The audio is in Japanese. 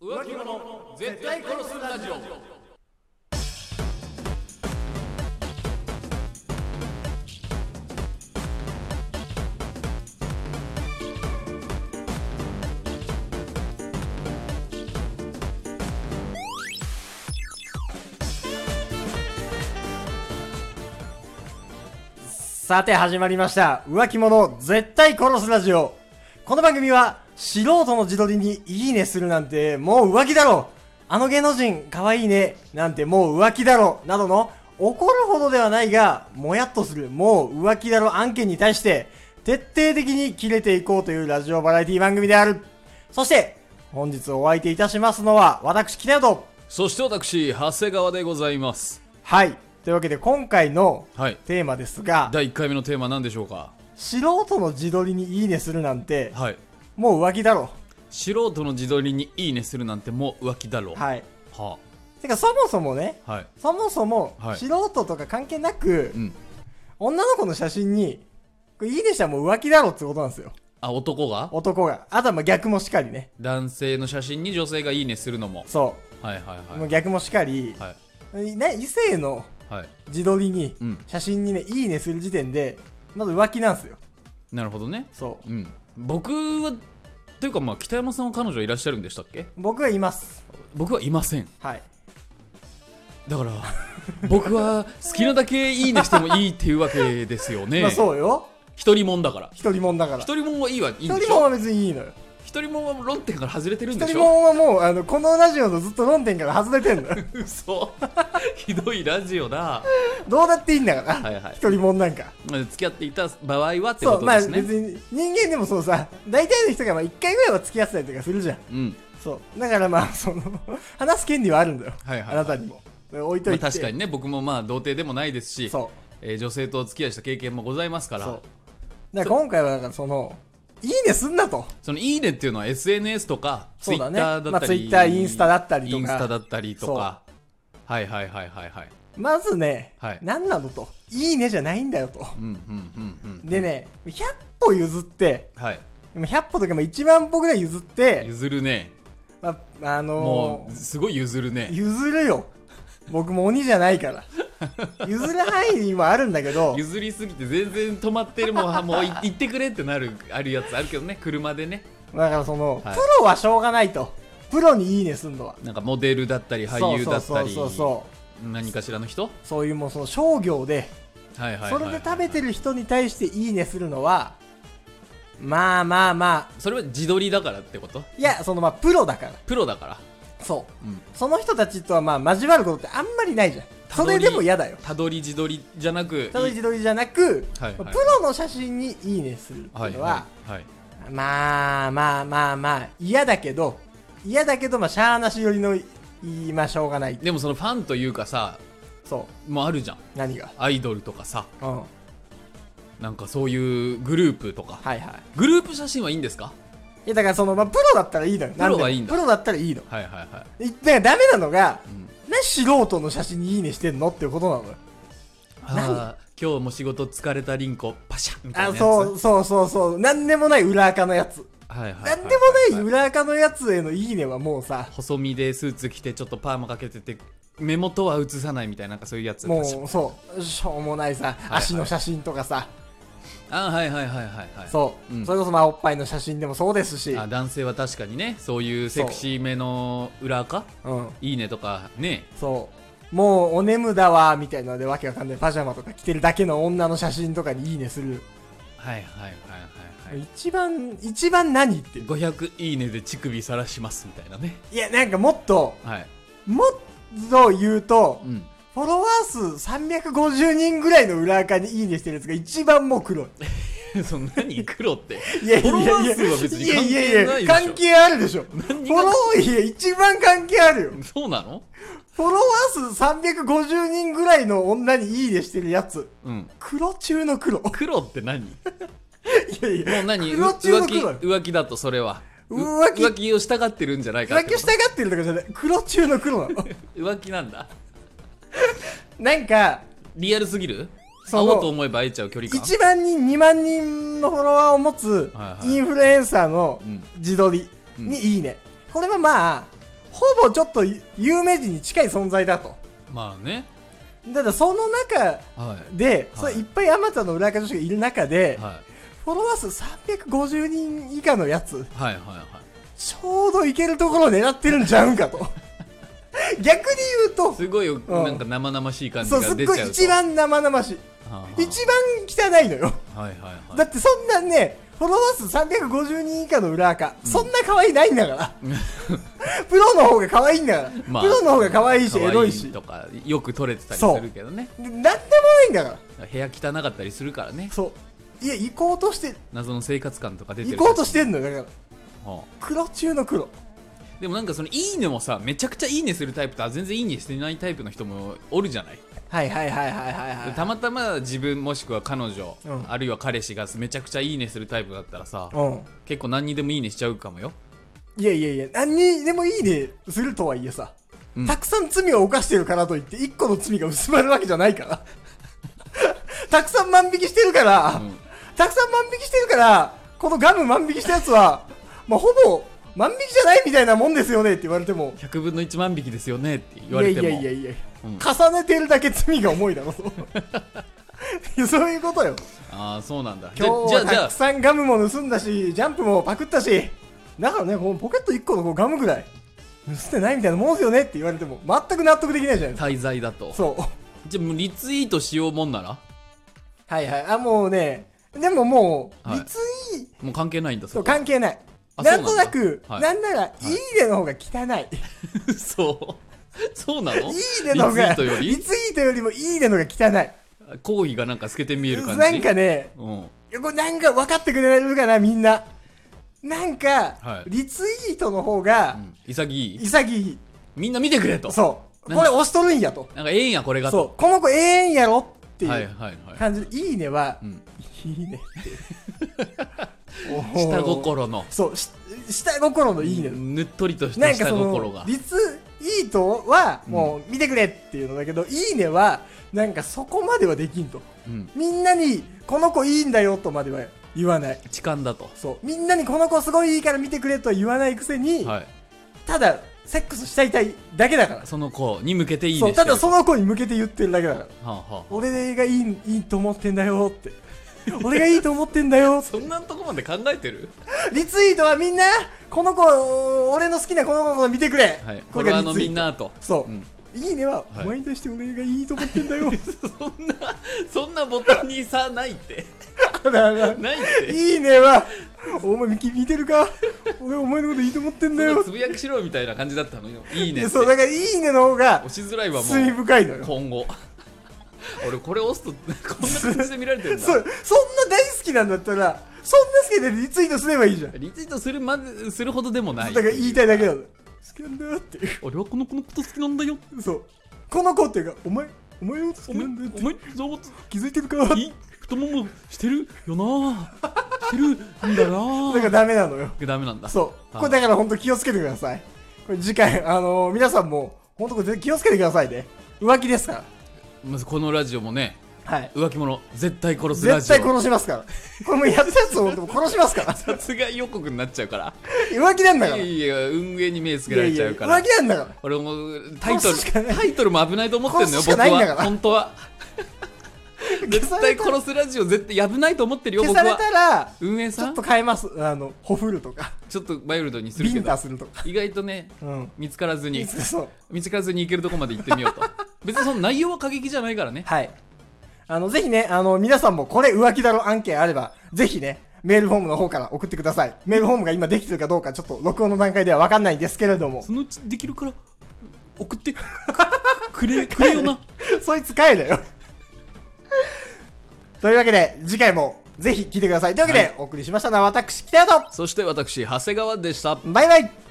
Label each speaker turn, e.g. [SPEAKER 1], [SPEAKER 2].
[SPEAKER 1] 浮気者絶対殺すラジオ
[SPEAKER 2] さて始まりました浮気者絶対殺すラジオこの番組は素人の自撮りにいいねするなんてもう浮気だろあの芸能人かわいいねなんてもう浮気だろなどの怒るほどではないがもやっとするもう浮気だろ案件に対して徹底的に切れていこうというラジオバラエティ番組であるそして本日お相手いたしますのは私北谷と
[SPEAKER 1] そして私長谷川でございます
[SPEAKER 2] はいというわけで今回の
[SPEAKER 1] はい
[SPEAKER 2] テーマですが
[SPEAKER 1] 第1回目のテーマ何でしょうか
[SPEAKER 2] 素人の自撮りにいいねするなんて
[SPEAKER 1] はい
[SPEAKER 2] もう浮気だろ。
[SPEAKER 1] 素人の自撮りにいいねするなんてもう浮気だろ
[SPEAKER 2] はい。
[SPEAKER 1] は
[SPEAKER 2] てか、そもそもね、
[SPEAKER 1] あはい
[SPEAKER 2] そもそも
[SPEAKER 1] は、い
[SPEAKER 2] 素人とか関係なく、
[SPEAKER 1] うん
[SPEAKER 2] 女の子の写真に、これいいでしたらもう浮気だろってことなんですよ。
[SPEAKER 1] あ男が
[SPEAKER 2] 男が。あとはまあ逆もしかりね。
[SPEAKER 1] 男性の写真に女性がいいねするのも
[SPEAKER 2] そ。
[SPEAKER 1] はいはいうは
[SPEAKER 2] もう
[SPEAKER 1] い
[SPEAKER 2] 逆もしかり、
[SPEAKER 1] はい
[SPEAKER 2] ね、異性の
[SPEAKER 1] はい
[SPEAKER 2] 自撮りに、
[SPEAKER 1] うん
[SPEAKER 2] 写真にね、いいねする時点で、まず浮気なんですよ。
[SPEAKER 1] なるほどね
[SPEAKER 2] そう。
[SPEAKER 1] うん僕はというかまあ北山さんは彼女いらっしゃるんでしたっけ
[SPEAKER 2] 僕はいます。
[SPEAKER 1] 僕はいません
[SPEAKER 2] はい。
[SPEAKER 1] だから僕は好きなだけいいねしてもいいっていうわけですよね
[SPEAKER 2] まあそうよ。
[SPEAKER 1] 一人もんだから
[SPEAKER 2] 一人もんだから。
[SPEAKER 1] 一人もんはいいはいいん
[SPEAKER 2] 一
[SPEAKER 1] でし
[SPEAKER 2] 人もん
[SPEAKER 1] ょ
[SPEAKER 2] は別にいいのよ。
[SPEAKER 1] 一人もんは論点から外れてるん
[SPEAKER 2] 一
[SPEAKER 1] でしょ
[SPEAKER 2] 人もんはもう、あの、このラジオのずっと論点から外れてんのよ。
[SPEAKER 1] 嘘 ひどいラジオだ
[SPEAKER 2] どうだっていいんだから。
[SPEAKER 1] はいはい
[SPEAKER 2] 一人もんなんか。
[SPEAKER 1] まあ付き合っていた場合はって
[SPEAKER 2] そ
[SPEAKER 1] こ
[SPEAKER 2] う、
[SPEAKER 1] と
[SPEAKER 2] ま
[SPEAKER 1] で
[SPEAKER 2] あ
[SPEAKER 1] すね、
[SPEAKER 2] 別に、人間でもそうさ、大体の人がまあ1回ぐらいは付き合ってたりとかするじゃん。
[SPEAKER 1] うん
[SPEAKER 2] そう。だからまあ、その、 話す権利はあるんだよ。
[SPEAKER 1] はいはいはい
[SPEAKER 2] あなたにも。置いと
[SPEAKER 1] ま
[SPEAKER 2] い
[SPEAKER 1] あ、
[SPEAKER 2] て。
[SPEAKER 1] 確かにね僕もまあ童貞でもないですし、
[SPEAKER 2] そ
[SPEAKER 1] えー女性とお付き合いした経験もございますか
[SPEAKER 2] う。
[SPEAKER 1] ら
[SPEAKER 2] そう。だから今回はなんかその、いいねすんなと。
[SPEAKER 1] そのいいねっていうのは SNS とか
[SPEAKER 2] そうだね
[SPEAKER 1] Twitter だ
[SPEAKER 2] ま
[SPEAKER 1] っ
[SPEAKER 2] あ
[SPEAKER 1] たり、
[SPEAKER 2] Twitter インスタだったりとか
[SPEAKER 1] インスタだったりとかはいはいはいはいはい
[SPEAKER 2] まずね、
[SPEAKER 1] はい
[SPEAKER 2] 何なのと。いいねじゃないんだよと。
[SPEAKER 1] うんうんうんうん
[SPEAKER 2] でね、100歩譲って、
[SPEAKER 1] はい
[SPEAKER 2] でも100歩とかも1万歩ぐらい譲って、
[SPEAKER 1] 譲るね
[SPEAKER 2] まあ、あの
[SPEAKER 1] も
[SPEAKER 2] ー
[SPEAKER 1] うすごい譲るね
[SPEAKER 2] 譲るよ僕も鬼じゃないから譲る範囲にもあるんだけど
[SPEAKER 1] 譲りすぎて全然止まってるもうは もうい行ってくれってなるあるやつあるけどね車でね
[SPEAKER 2] だからその、
[SPEAKER 1] はい
[SPEAKER 2] プロはしょうがないとプロにいいねすんのは
[SPEAKER 1] なんかモデルだったり俳優だったり
[SPEAKER 2] そうそうそうそう
[SPEAKER 1] 何かしらの人
[SPEAKER 2] そういうもうその商業で
[SPEAKER 1] はいはいはい
[SPEAKER 2] それで食べてる人に対していいねするのはまあまあまあ
[SPEAKER 1] それは自撮りだからってこと
[SPEAKER 2] いやそのまあプロだから
[SPEAKER 1] プロだから
[SPEAKER 2] そううんその人たちとはまあ交わることってあんまりないじゃんそれでも嫌だよ
[SPEAKER 1] たどり自撮りじゃなく
[SPEAKER 2] ただ自撮りじゃなく、
[SPEAKER 1] はいはい
[SPEAKER 2] プロの写真にいいねするって
[SPEAKER 1] はい
[SPEAKER 2] いうのは、
[SPEAKER 1] はいはい
[SPEAKER 2] まあまあまあまあ嫌だけど嫌だけどまあしゃーなし寄りの言いまあしょうがない
[SPEAKER 1] でもそのファンというかさ
[SPEAKER 2] そ
[SPEAKER 1] もうあるじゃん
[SPEAKER 2] う何が
[SPEAKER 1] アイドルとかさ
[SPEAKER 2] うんは
[SPEAKER 1] なんかそういうグループとか
[SPEAKER 2] いはいい
[SPEAKER 1] グループ写真はいいんですか
[SPEAKER 2] やだからそのまあプロだったらいいのよ
[SPEAKER 1] プロはいいんだ
[SPEAKER 2] 何でもプロだったらいいの
[SPEAKER 1] はいはいはい
[SPEAKER 2] いだからダメなのが、
[SPEAKER 1] ん
[SPEAKER 2] な素人の写真にいいねしてんのっていうことなのよ
[SPEAKER 1] あー今日も仕事疲れたリンコパシャみたいな
[SPEAKER 2] あ
[SPEAKER 1] やつ
[SPEAKER 2] そうそうそうそうなんでもない裏垢のやつ、
[SPEAKER 1] はいはい
[SPEAKER 2] なんでもない裏垢のやつへのいいねはもうさ
[SPEAKER 1] 細身でスーツ着てちょっとパーマかけてて目元は映さないみたいななんかそういうやつ
[SPEAKER 2] もうそうしょうもないさ、
[SPEAKER 1] はい
[SPEAKER 2] 足の写真とかさ
[SPEAKER 1] あはいはいはいはいはい
[SPEAKER 2] そう、
[SPEAKER 1] うん
[SPEAKER 2] それこそまあおっぱいの写真でもそうですし
[SPEAKER 1] あ男性は確かにねそういうセクシーめの裏垢
[SPEAKER 2] うん
[SPEAKER 1] いいねとかね
[SPEAKER 2] そう。もうお眠だわ、みたいなのでわけわかんない。パジャマとか着てるだけの女の写真とかにいいねする。
[SPEAKER 1] はいはいはいはいはい
[SPEAKER 2] 一番、一番何って。い
[SPEAKER 1] 500いいねで乳首さらしますみたいなね
[SPEAKER 2] や、なんかもっと、
[SPEAKER 1] はい
[SPEAKER 2] もっと言うと、
[SPEAKER 1] うん
[SPEAKER 2] フォロワー数350人ぐらいの裏垢にいいねしてるやつが一番もう黒い。
[SPEAKER 1] その何黒って
[SPEAKER 2] いやいや
[SPEAKER 1] フォロワ
[SPEAKER 2] い
[SPEAKER 1] ー
[SPEAKER 2] や
[SPEAKER 1] 数は別に関
[SPEAKER 2] いや
[SPEAKER 1] 係
[SPEAKER 2] い
[SPEAKER 1] ないでし
[SPEAKER 2] やい
[SPEAKER 1] ょ
[SPEAKER 2] や関係あるでしょ。フ
[SPEAKER 1] 何
[SPEAKER 2] ォ
[SPEAKER 1] が
[SPEAKER 2] ロー、いや、一番関係あるよ。
[SPEAKER 1] そうなの
[SPEAKER 2] フォロワー数350人ぐらいの女にいいねしてるやつ。
[SPEAKER 1] うん
[SPEAKER 2] 黒中の黒。い
[SPEAKER 1] 黒って何
[SPEAKER 2] やいや。
[SPEAKER 1] もう何う
[SPEAKER 2] 黒中の
[SPEAKER 1] 浮気
[SPEAKER 2] 黒よ
[SPEAKER 1] 浮気だとそれはう
[SPEAKER 2] 浮気
[SPEAKER 1] 浮気をしたがってるんじゃないか
[SPEAKER 2] 浮気したがってるとかじゃない黒中の黒なの
[SPEAKER 1] 浮気なんだ
[SPEAKER 2] なんか
[SPEAKER 1] リアルすぎる
[SPEAKER 2] そ
[SPEAKER 1] 会
[SPEAKER 2] の
[SPEAKER 1] おうと思えば会えちゃう距離感
[SPEAKER 2] 1万人2万人のフォロワーを持つ
[SPEAKER 1] はいはい
[SPEAKER 2] インフルエンサーの
[SPEAKER 1] うん
[SPEAKER 2] 自撮り
[SPEAKER 1] うん
[SPEAKER 2] にいいね、これはまあほぼちょっと有名人に近い存在だと。
[SPEAKER 1] まあね
[SPEAKER 2] ただその中
[SPEAKER 1] は
[SPEAKER 2] で、
[SPEAKER 1] はい
[SPEAKER 2] それいっぱいあまたの裏垢女子がいる中で、
[SPEAKER 1] いはい
[SPEAKER 2] フォロワー数350人以下のやつ、
[SPEAKER 1] はいはいはい
[SPEAKER 2] ちょうどいけるところを狙ってるんちゃうんか と。逆に言うと、
[SPEAKER 1] すごいよ
[SPEAKER 2] うん
[SPEAKER 1] なんか生々しい感じ
[SPEAKER 2] そう、
[SPEAKER 1] が
[SPEAKER 2] すっ
[SPEAKER 1] 出
[SPEAKER 2] ご
[SPEAKER 1] ちゃ
[SPEAKER 2] いう
[SPEAKER 1] と
[SPEAKER 2] 一番生々しい。
[SPEAKER 1] はあ
[SPEAKER 2] 一番汚いのよ。
[SPEAKER 1] はいはいはい
[SPEAKER 2] だってそんなね、フォロワー数350人以下の裏垢、そんな可愛いないん だから。プロの方が可愛いんだから。
[SPEAKER 1] まあ
[SPEAKER 2] プロの方が可愛いし、
[SPEAKER 1] 可愛
[SPEAKER 2] エロいし。で
[SPEAKER 1] とかよく撮れてたりするけどね
[SPEAKER 2] なんでもないんだから。
[SPEAKER 1] 部屋汚かったりするからね
[SPEAKER 2] そう。いや、行こうとして、
[SPEAKER 1] 謎の生活感とか出て
[SPEAKER 2] 行
[SPEAKER 1] る
[SPEAKER 2] こうとしてんのよ。だから、
[SPEAKER 1] は
[SPEAKER 2] 黒中の黒。
[SPEAKER 1] あでもなんかそのいいねもさめちゃくちゃいいねするタイプとは全然いいねしてないタイプの人もおるじゃない
[SPEAKER 2] はいはいはいはいはいはい。
[SPEAKER 1] たまたま自分もしくは彼女、
[SPEAKER 2] うん
[SPEAKER 1] あるいは彼氏がめちゃくちゃいいねするタイプだったらさ
[SPEAKER 2] うん。
[SPEAKER 1] 結構何にでもいいねしちゃうかもよ
[SPEAKER 2] いやいやいや、何にでもいいねするとはいえさ、
[SPEAKER 1] うん
[SPEAKER 2] たくさん罪を犯してるからといって、一個の罪が薄まるわけじゃないから。 たくさん万引きしてるから、
[SPEAKER 1] うん
[SPEAKER 2] たくさん万引きしてるから、このガム万引きしたやつは、まあ、ほぼ万引きじゃないみたいなもんですよねって言われても、
[SPEAKER 1] 100分の1万匹ですよねって言われても
[SPEAKER 2] いやいやいやいや、
[SPEAKER 1] うん
[SPEAKER 2] 重ねてるだけ罪が重い だろ、そういやそういう ことよ。
[SPEAKER 1] ああそうなんだじゃ
[SPEAKER 2] 今日
[SPEAKER 1] じゃ
[SPEAKER 2] は
[SPEAKER 1] あじゃ
[SPEAKER 2] た
[SPEAKER 1] あ
[SPEAKER 2] くさんガムも盗んだし、ジャンプもパクったし、だからね、このポケット1個のこうガムぐらい、盗んでないみたいなもんですよねって言われても、全く納得できないじゃないですか。
[SPEAKER 1] 滞在だと
[SPEAKER 2] そう。
[SPEAKER 1] じゃあもうリツイートしようもんなら
[SPEAKER 2] はいはい。あ、もうね、でももう、
[SPEAKER 1] はい
[SPEAKER 2] リツイー
[SPEAKER 1] もう関係ないんだ
[SPEAKER 2] ト
[SPEAKER 1] そ
[SPEAKER 2] と関係ない。
[SPEAKER 1] あ
[SPEAKER 2] なんとなく、
[SPEAKER 1] そうなんだ
[SPEAKER 2] な
[SPEAKER 1] はい
[SPEAKER 2] んなら、いいねの方が汚い。
[SPEAKER 1] う そうそうなの
[SPEAKER 2] いいねの方が、
[SPEAKER 1] リツイートよ
[SPEAKER 2] リ
[SPEAKER 1] り
[SPEAKER 2] ツイートよりもいいねの方が汚い。
[SPEAKER 1] 行為がなんか透けて見える感じ
[SPEAKER 2] なんかね、
[SPEAKER 1] うん
[SPEAKER 2] これなんか分かってくれるかな、みんな。なんか、
[SPEAKER 1] はい
[SPEAKER 2] リツイートの方が
[SPEAKER 1] う、ん潔い
[SPEAKER 2] 潔い。
[SPEAKER 1] みんな見てくれと
[SPEAKER 2] そう。
[SPEAKER 1] なん
[SPEAKER 2] こ
[SPEAKER 1] か
[SPEAKER 2] れ押しとるんやと。
[SPEAKER 1] なんかええんやこれがと
[SPEAKER 2] そう。この子永遠やろって
[SPEAKER 1] はい
[SPEAKER 2] い
[SPEAKER 1] は
[SPEAKER 2] う
[SPEAKER 1] いはい
[SPEAKER 2] 感じで、いいねは
[SPEAKER 1] う、ん
[SPEAKER 2] いいねって。おー
[SPEAKER 1] 下。心の
[SPEAKER 2] そう、し下心のいいね。
[SPEAKER 1] ねっとりとし
[SPEAKER 2] な
[SPEAKER 1] た
[SPEAKER 2] んか
[SPEAKER 1] 下
[SPEAKER 2] そ
[SPEAKER 1] 心
[SPEAKER 2] の
[SPEAKER 1] が、
[SPEAKER 2] リツイートは、もう見てくれっていうのだけど、いいねは、なんかそこまではできんと。
[SPEAKER 1] うん、
[SPEAKER 2] みんなに、この子いいんだよとまでは言わない。
[SPEAKER 1] 痴漢だと
[SPEAKER 2] そう。みんなにこの子すごいいいから見てくれとは言わないくせに、
[SPEAKER 1] はい
[SPEAKER 2] ただ、セックスしたいたいだけだから。
[SPEAKER 1] その子に向けていい
[SPEAKER 2] そう、
[SPEAKER 1] です
[SPEAKER 2] ただその子に向けて言ってるだけだから。
[SPEAKER 1] はあはあ
[SPEAKER 2] 俺がいいいいと思ってんだよって俺がいいと思ってんだよ
[SPEAKER 1] そんなとこまで考えてる
[SPEAKER 2] リツイートはみんなこの子俺の好きなこの子のこと見てくれ、
[SPEAKER 1] はいこ
[SPEAKER 2] こ
[SPEAKER 1] れ
[SPEAKER 2] れ
[SPEAKER 1] はあ
[SPEAKER 2] が
[SPEAKER 1] の
[SPEAKER 2] リツイ
[SPEAKER 1] みん
[SPEAKER 2] ート
[SPEAKER 1] なと
[SPEAKER 2] そう、
[SPEAKER 1] うん
[SPEAKER 2] いいねは、
[SPEAKER 1] はい
[SPEAKER 2] お前に対して俺がいいと思ってん だよ
[SPEAKER 1] そんなそんなボタンにさないって
[SPEAKER 2] あらあら
[SPEAKER 1] ないっ
[SPEAKER 2] い
[SPEAKER 1] て
[SPEAKER 2] いねはお前見見てるか俺お前のこといいと思ってんだ
[SPEAKER 1] そんな
[SPEAKER 2] よ
[SPEAKER 1] つぶやきしろみたいな感じだったのよいいねって
[SPEAKER 2] そうだからいいねの方が
[SPEAKER 1] 押しづらいわも
[SPEAKER 2] 罪
[SPEAKER 1] う
[SPEAKER 2] 深いのよ
[SPEAKER 1] 今後 俺これ押すと こんな感じで見られてるん
[SPEAKER 2] そ
[SPEAKER 1] だ
[SPEAKER 2] うそんな大好きなんだったらそんな好きでリツイートすればいいじゃんだ
[SPEAKER 1] リツイートするまでするほどでもない
[SPEAKER 2] から言いたいだけなの好きなんだっていう
[SPEAKER 1] 俺はこの子のこと好きなんだよ
[SPEAKER 2] そう。この子っていうか、お前、お前のこと好きなんだよって
[SPEAKER 1] そう
[SPEAKER 2] 気づいてるか
[SPEAKER 1] い太ももしてるよなしてるんだな
[SPEAKER 2] だからダメなのよ。
[SPEAKER 1] ダメなんだ
[SPEAKER 2] そう。
[SPEAKER 1] あ
[SPEAKER 2] これだから本当気をつけてください。これ次回、あのー皆さんも、本当これ気をつけてくださいね。浮気ですから。
[SPEAKER 1] まずこのラジオもね
[SPEAKER 2] はい。
[SPEAKER 1] 浮気者絶対殺すラ
[SPEAKER 2] 絶
[SPEAKER 1] ジオ
[SPEAKER 2] 対殺しますから。これもうやったやつを本当殺しますから。
[SPEAKER 1] 殺害予告になっちゃうから
[SPEAKER 2] 浮気なんだから。
[SPEAKER 1] いや
[SPEAKER 2] い
[SPEAKER 1] いや運営に目つけら
[SPEAKER 2] や
[SPEAKER 1] れ
[SPEAKER 2] い
[SPEAKER 1] ちゃ
[SPEAKER 2] や、
[SPEAKER 1] う
[SPEAKER 2] 浮気
[SPEAKER 1] から
[SPEAKER 2] なんだから。
[SPEAKER 1] 俺もタイトル
[SPEAKER 2] 殺すしかない
[SPEAKER 1] タイトルも危ないと思ってんのよ
[SPEAKER 2] 殺すし
[SPEAKER 1] 僕
[SPEAKER 2] かないんだから
[SPEAKER 1] は本当は絶対殺すラジオ絶対危ないと思ってるよ
[SPEAKER 2] 消
[SPEAKER 1] 僕
[SPEAKER 2] され
[SPEAKER 1] は
[SPEAKER 2] たら、
[SPEAKER 1] 運営
[SPEAKER 2] ちょ
[SPEAKER 1] さ
[SPEAKER 2] っ
[SPEAKER 1] ん
[SPEAKER 2] と変えます。あの、ほふるとか、
[SPEAKER 1] ちょっとマイルドにする
[SPEAKER 2] ビ
[SPEAKER 1] け
[SPEAKER 2] ン
[SPEAKER 1] ど
[SPEAKER 2] タするとか。
[SPEAKER 1] 意外とね
[SPEAKER 2] うん。
[SPEAKER 1] 見つからずに
[SPEAKER 2] そう。
[SPEAKER 1] 見つからずに行けるとこまで行ってみ ようと別にその内容は過激じゃないからね
[SPEAKER 2] はい。あの、ぜひね、あの、皆さんもこれ浮気だろ案件あれば、ぜひね、メールフォームの方から送ってください。メールフォームが今できてるかどうか、ちょっと録音の段階ではわかんないんですけれども
[SPEAKER 1] そ、のうちできるから送ってくれくれよ な
[SPEAKER 2] そいつ帰れよ。 というわけで、次回もぜひ聞いてください。というわけで、
[SPEAKER 1] はい
[SPEAKER 2] お送りしましたのは私、北野と
[SPEAKER 1] そして私長谷川でした
[SPEAKER 2] バイバイ